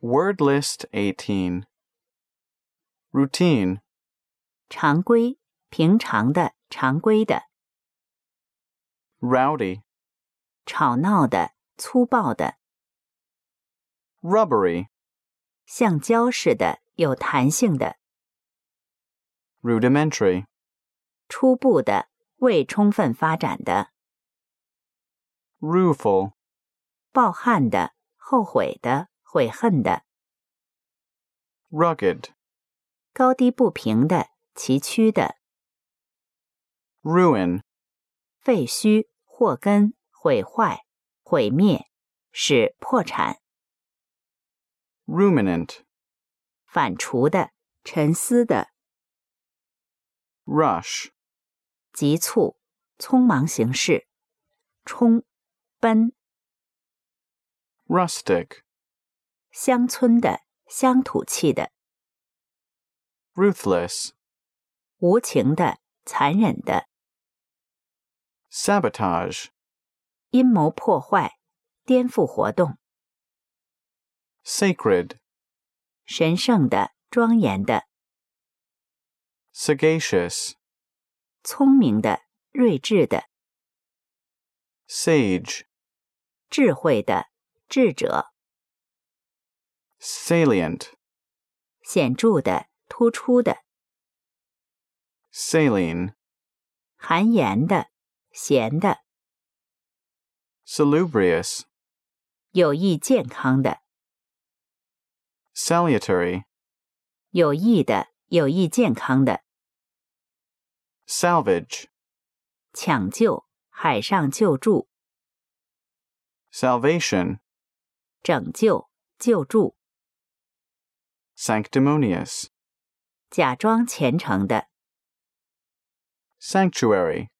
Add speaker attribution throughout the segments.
Speaker 1: Word list 18. Routine,
Speaker 2: 常规、平常的、常规的、
Speaker 1: rowdy,
Speaker 2: 吵闹的、粗暴的、
Speaker 1: rubbery,
Speaker 2: 橡胶似的、有弹性的、
Speaker 1: rudimentary,
Speaker 2: 初步的、未充分发展的、
Speaker 1: rueful,
Speaker 2: 抱憾的、后悔的、悔恨的、
Speaker 1: rugged,
Speaker 2: 高低不平的、崎岖的、
Speaker 1: ruin,
Speaker 2: 废墟、祸根、毁坏、毁灭，使破产、
Speaker 1: ruminant,
Speaker 2: 反刍的、沉思的、
Speaker 1: rush,
Speaker 2: 急促、匆忙行事、冲、奔、
Speaker 1: rustic,
Speaker 2: 乡村的、乡土气的、
Speaker 1: ruthless,
Speaker 2: 无情的、残忍的、
Speaker 1: sabotage,
Speaker 2: 阴谋破坏、颠覆活动、
Speaker 1: sacred,
Speaker 2: 神圣的、庄严的、
Speaker 1: sagacious,
Speaker 2: 聪明的、睿智的、
Speaker 1: sage,
Speaker 2: 智慧的、智者、
Speaker 1: salient,
Speaker 2: 显著的、突出的、
Speaker 1: saline,
Speaker 2: 含盐的、咸的、
Speaker 1: salubrious,
Speaker 2: 有益健康的、
Speaker 1: salutary,
Speaker 2: 有益的、有益健康的、
Speaker 1: salvage,
Speaker 2: 抢救、海上救助、
Speaker 1: salvation,
Speaker 2: 拯救、救助、
Speaker 1: sanctimonious,
Speaker 2: 假装虔诚的、
Speaker 1: sanctuary,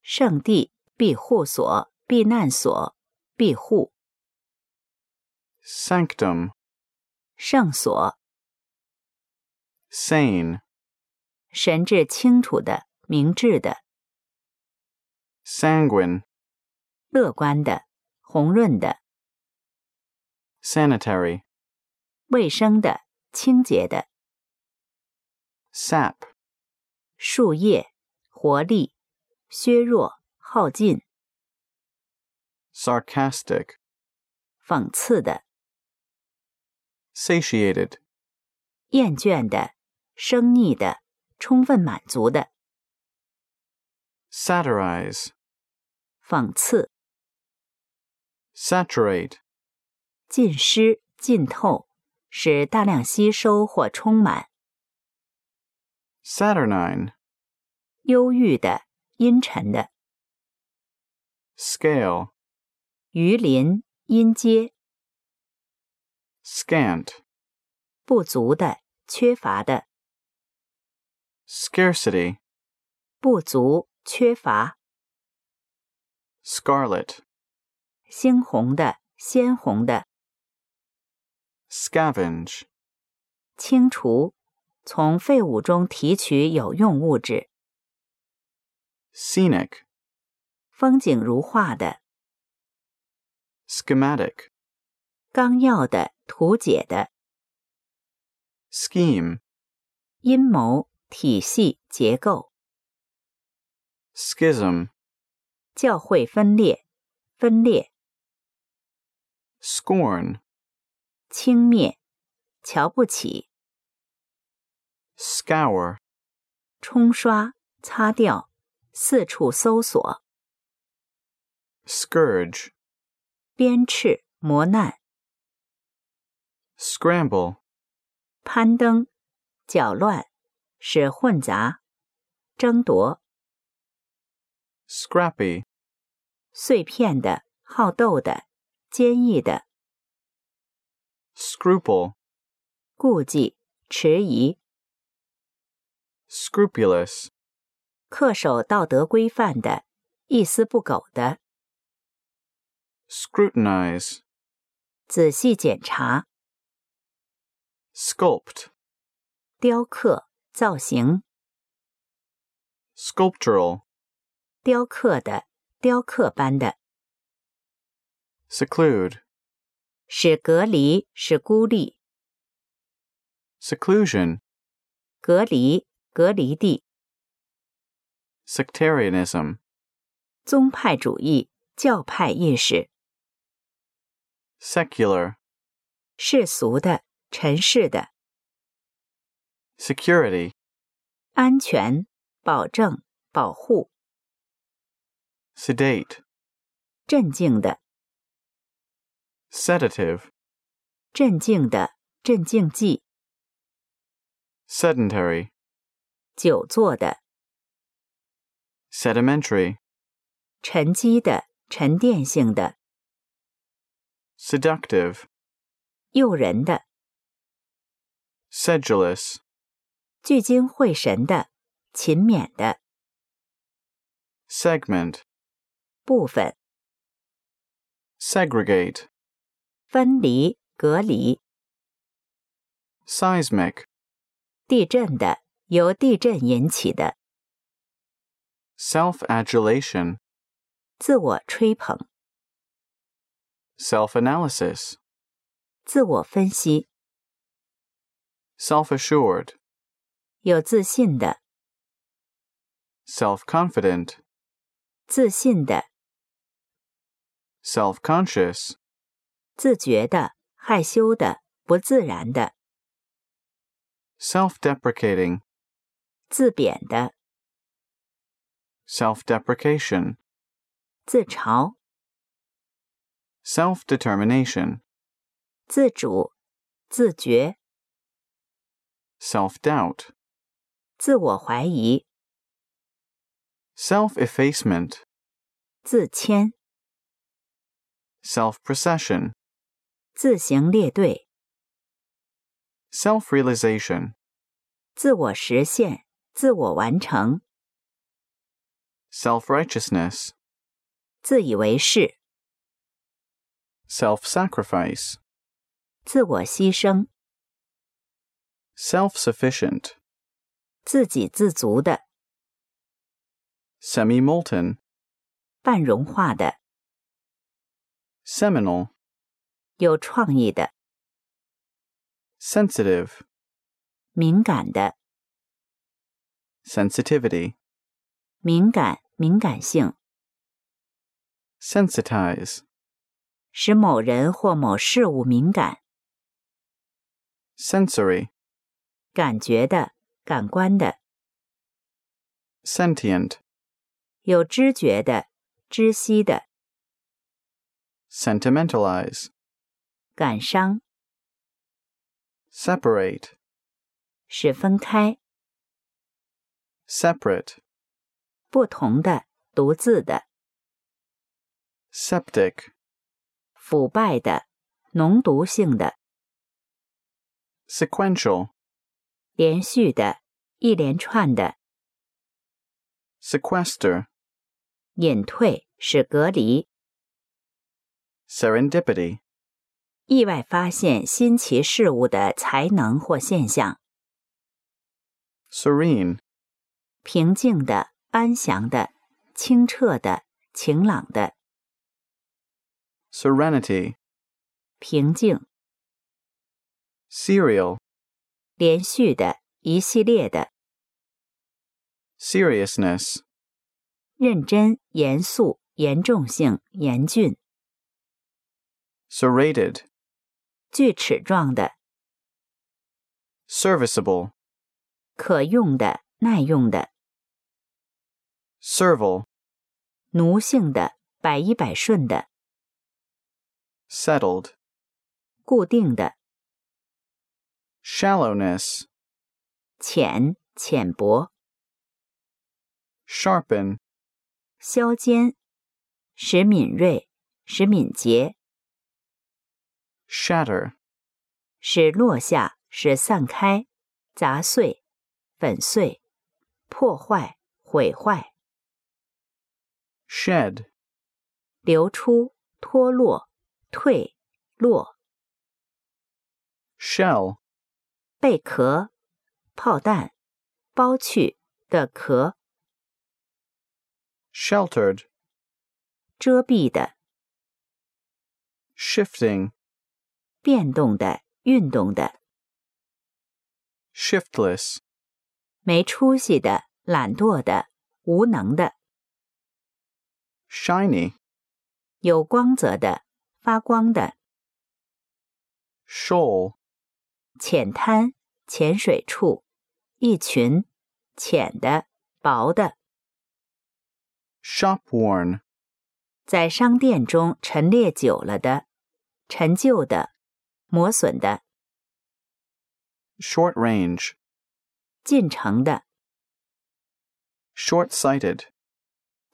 Speaker 2: 圣地、庇护所、避难所、庇护、
Speaker 1: sanctum,
Speaker 2: 圣所、
Speaker 1: sane,
Speaker 2: 神志清楚的、明智的、
Speaker 1: sanguine,
Speaker 2: 乐观的、红润的、
Speaker 1: sanitary,
Speaker 2: 卫生的、清洁的、
Speaker 1: sap,
Speaker 2: 树叶、活力、削弱、耗尽、
Speaker 1: sarcastic,
Speaker 2: 讽刺的、
Speaker 1: satiated,
Speaker 2: 厌倦的、生腻的、充分满足的、
Speaker 1: satirize,
Speaker 2: 讽刺、
Speaker 1: saturate,
Speaker 2: 浸湿、浸透，使大量吸收或充满、
Speaker 1: saturnine,
Speaker 2: 忧郁的、阴沉的、
Speaker 1: scale,
Speaker 2: 鱼鳞、阴阶、
Speaker 1: scant,
Speaker 2: 不足的、缺乏的、
Speaker 1: scarcity,
Speaker 2: 不足、缺乏、
Speaker 1: scarlet,
Speaker 2: 猩红的、鲜红的、
Speaker 1: scavenge,
Speaker 2: 清除，从废物中提取有用物质，
Speaker 1: scenic,
Speaker 2: 风景如画的、
Speaker 1: schematic,
Speaker 2: 纲要的、图解的、
Speaker 1: scheme,
Speaker 2: 阴谋、体系、结构、
Speaker 1: schism,
Speaker 2: 教会分裂、分裂、
Speaker 1: scorn,
Speaker 2: 轻蔑、瞧不起、
Speaker 1: scour,
Speaker 2: 冲刷、擦掉、四处搜索、
Speaker 1: scourge,
Speaker 2: 鞭笞、磨难、
Speaker 1: scramble,
Speaker 2: 攀登、搅乱、使混杂、争夺、
Speaker 1: scrappy,
Speaker 2: 碎片的、好斗的、坚毅的、
Speaker 1: scruple,
Speaker 2: 顾忌、迟疑、
Speaker 1: scrupulous,
Speaker 2: 恪守道德规范的、一丝不苟的、
Speaker 1: scrutinize,
Speaker 2: 仔细检查、
Speaker 1: sculpt,
Speaker 2: 雕刻、造型、
Speaker 1: sculptural,
Speaker 2: 雕刻的、雕刻般的。
Speaker 1: seclude,
Speaker 2: 是隔离，是孤立。
Speaker 1: seclusion,
Speaker 2: 隔离，隔离地，
Speaker 1: sectarianism,
Speaker 2: 宗派主义、教派意识，
Speaker 1: secular,
Speaker 2: 世俗的、尘世的，
Speaker 1: security,
Speaker 2: 安全、保证、保护，
Speaker 1: sedate,
Speaker 2: 镇静的、
Speaker 1: sedative,
Speaker 2: 镇静的、镇静剂，
Speaker 1: sedentary,
Speaker 2: 久坐的、
Speaker 1: sedimentary,
Speaker 2: 沉积的、沉淀性的、
Speaker 1: seductive,
Speaker 2: 诱人的、
Speaker 1: sedulous,
Speaker 2: 聚精会神的、勤勉的
Speaker 1: segment,
Speaker 2: 部分，
Speaker 1: segregate,
Speaker 2: 分离、隔离，
Speaker 1: seismic,
Speaker 2: 地震的、由地震引起的、
Speaker 1: self adulation,
Speaker 2: 自我吹捧、
Speaker 1: self analysis,
Speaker 2: 自我分析、
Speaker 1: self assured,
Speaker 2: 有自信的、
Speaker 1: self confident,
Speaker 2: 自信的、
Speaker 1: self conscious,
Speaker 2: 自觉的、害羞的、不自然的、
Speaker 1: self deprecating,
Speaker 2: 自贬的、
Speaker 1: self deprecation,
Speaker 2: 自嘲、
Speaker 1: self determination,
Speaker 2: 自主、自觉、
Speaker 1: self doubt,
Speaker 2: 自我怀疑、
Speaker 1: self effacement,
Speaker 2: 自谦、
Speaker 1: self procession,
Speaker 2: 自行列队、
Speaker 1: self realization,
Speaker 2: 自我实现、自我完成、
Speaker 1: self righteousness,
Speaker 2: 自以为是、
Speaker 1: self sacrifice,
Speaker 2: 自我牺牲、
Speaker 1: self sufficient,
Speaker 2: 自给自足的、
Speaker 1: semi molten,
Speaker 2: 半融化的、
Speaker 1: seminal,
Speaker 2: 有创意的、
Speaker 1: sensitive,
Speaker 2: 敏感的、
Speaker 1: sensitivity,
Speaker 2: 敏感、敏感性，
Speaker 1: sensitize,
Speaker 2: 使某人或某事物敏感、
Speaker 1: sensory,
Speaker 2: 感觉的、感官的、
Speaker 1: sentient,
Speaker 2: 有知觉的、知悉的、
Speaker 1: sentimentalize,
Speaker 2: 感伤，
Speaker 1: separate,
Speaker 2: 使分开、
Speaker 1: separate,
Speaker 2: 不同的、独自的、
Speaker 1: septic,
Speaker 2: 腐败的、脓毒性的、
Speaker 1: sequential,
Speaker 2: 连续的、一连串的、
Speaker 1: sequester,
Speaker 2: 隐退，使隔离、
Speaker 1: serendipity,
Speaker 2: 意外发现新奇事物的才能或现象，
Speaker 1: serene,
Speaker 2: 平静的、安详的、清澈的、晴朗的、
Speaker 1: serenity,
Speaker 2: 平静。
Speaker 1: serial,
Speaker 2: 连续的、一系列的、
Speaker 1: seriousness,
Speaker 2: 认真、严肃、严重性、严峻、
Speaker 1: serrated,
Speaker 2: 锯齿状的、
Speaker 1: serviceable,
Speaker 2: 可用的、耐用的、
Speaker 1: servile,
Speaker 2: 奴性的、百依百顺的、
Speaker 1: settled,
Speaker 2: 固定的、
Speaker 1: shallowness,
Speaker 2: 浅、浅薄、
Speaker 1: sharpen,
Speaker 2: 削尖、使敏锐、使敏捷、
Speaker 1: shatter,
Speaker 2: 使落下、使散开、砸碎、粉碎、破坏、毁坏、
Speaker 1: shed,
Speaker 2: 流出、脱落、退落。
Speaker 1: shell,
Speaker 2: 贝壳、炮弹、剥去的壳、
Speaker 1: sheltered,
Speaker 2: 遮蔽的、
Speaker 1: shifting,
Speaker 2: 变动的、运动的、
Speaker 1: shiftless,
Speaker 2: 没出息的、懒惰的、无能的、
Speaker 1: shiny,
Speaker 2: 有光泽的、发光的、
Speaker 1: shoal,
Speaker 2: 浅滩、浅水处、一群、浅的、薄的，
Speaker 1: shop worn,
Speaker 2: 在商店中陈列久了的、陈旧的、磨损的、
Speaker 1: short range,
Speaker 2: 进城的、
Speaker 1: short sighted,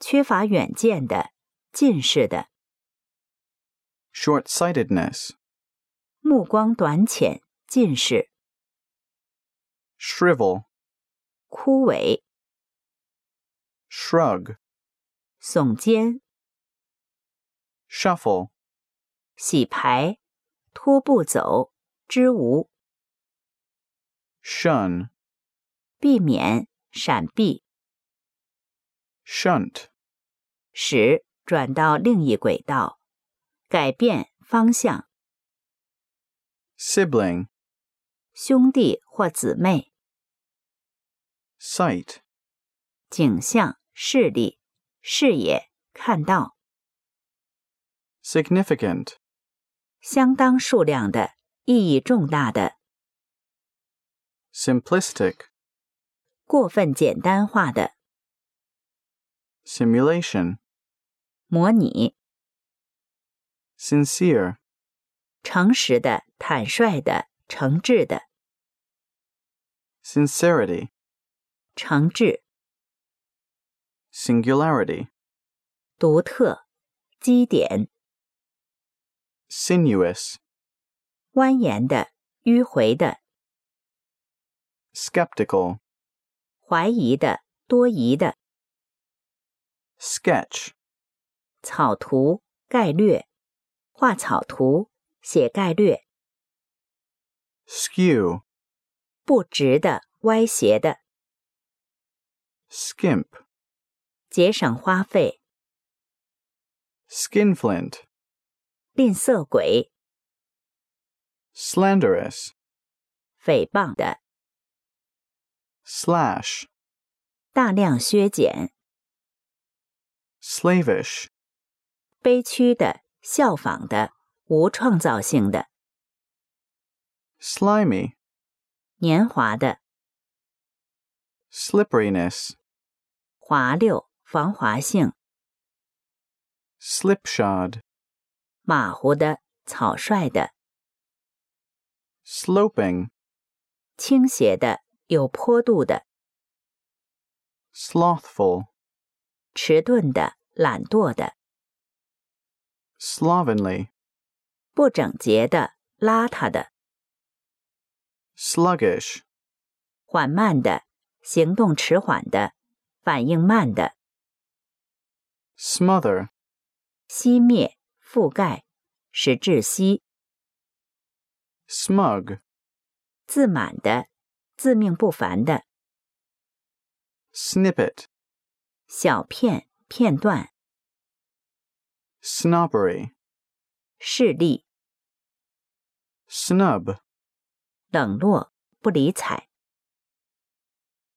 Speaker 2: 缺乏远见的、近视的、
Speaker 1: short sightedness,
Speaker 2: 目光短浅、近视、
Speaker 1: shrivel,
Speaker 2: 枯萎、
Speaker 1: shrug,
Speaker 2: 耸肩、
Speaker 1: shuffle,
Speaker 2: 洗牌、拖步走、支吾、
Speaker 1: shun,
Speaker 2: 避免、闪避、
Speaker 1: shunt,
Speaker 2: 使转到另一轨道，改变方向。
Speaker 1: sibling,
Speaker 2: 兄弟或姊妹、
Speaker 1: sight,
Speaker 2: 景象、视力、视野、看到
Speaker 1: significant,
Speaker 2: 相当数量的、意义重大的、
Speaker 1: simplistic,
Speaker 2: 过分简单化的
Speaker 1: simulation,
Speaker 2: 模拟、
Speaker 1: sincere,
Speaker 2: 诚实的、坦率的、诚挚的、
Speaker 1: sincerity,
Speaker 2: 诚挚、
Speaker 1: singularity,
Speaker 2: 独特、基点、
Speaker 1: sinuous,
Speaker 2: 蜿蜒的、迂回的、
Speaker 1: skeptical,
Speaker 2: 怀疑的、多疑的、
Speaker 1: sketch,
Speaker 2: 草图、概略、画草图、写概略、
Speaker 1: skew,
Speaker 2: 不直的、歪斜的、
Speaker 1: skimp,
Speaker 2: 节省花费。
Speaker 1: skinflint,
Speaker 2: 吝啬鬼、
Speaker 1: slanderous,
Speaker 2: 诽谤的、
Speaker 1: slash,
Speaker 2: 大量削减、
Speaker 1: slavish,
Speaker 2: 悲屈的、效仿的、无创造性的、
Speaker 1: slimy,
Speaker 2: 年华的、
Speaker 1: slipperiness,
Speaker 2: 滑溜、防滑性、
Speaker 1: slipshod,
Speaker 2: 马虎的、草率的、
Speaker 1: sloping,
Speaker 2: 倾斜的、有坡度的、
Speaker 1: slothful,
Speaker 2: 迟钝的、懒惰的、
Speaker 1: slovenly,
Speaker 2: 不整洁的、邋遢的、
Speaker 1: sluggish,
Speaker 2: 缓慢的、行动迟缓的、反应慢的、
Speaker 1: smother,
Speaker 2: 熄灭、覆盖、使窒息、
Speaker 1: smug,
Speaker 2: 自满的、自命不凡的。
Speaker 1: snippet,
Speaker 2: 小片、片段、
Speaker 1: snobbery,
Speaker 2: 势力、
Speaker 1: snub,
Speaker 2: 冷落、不理睬、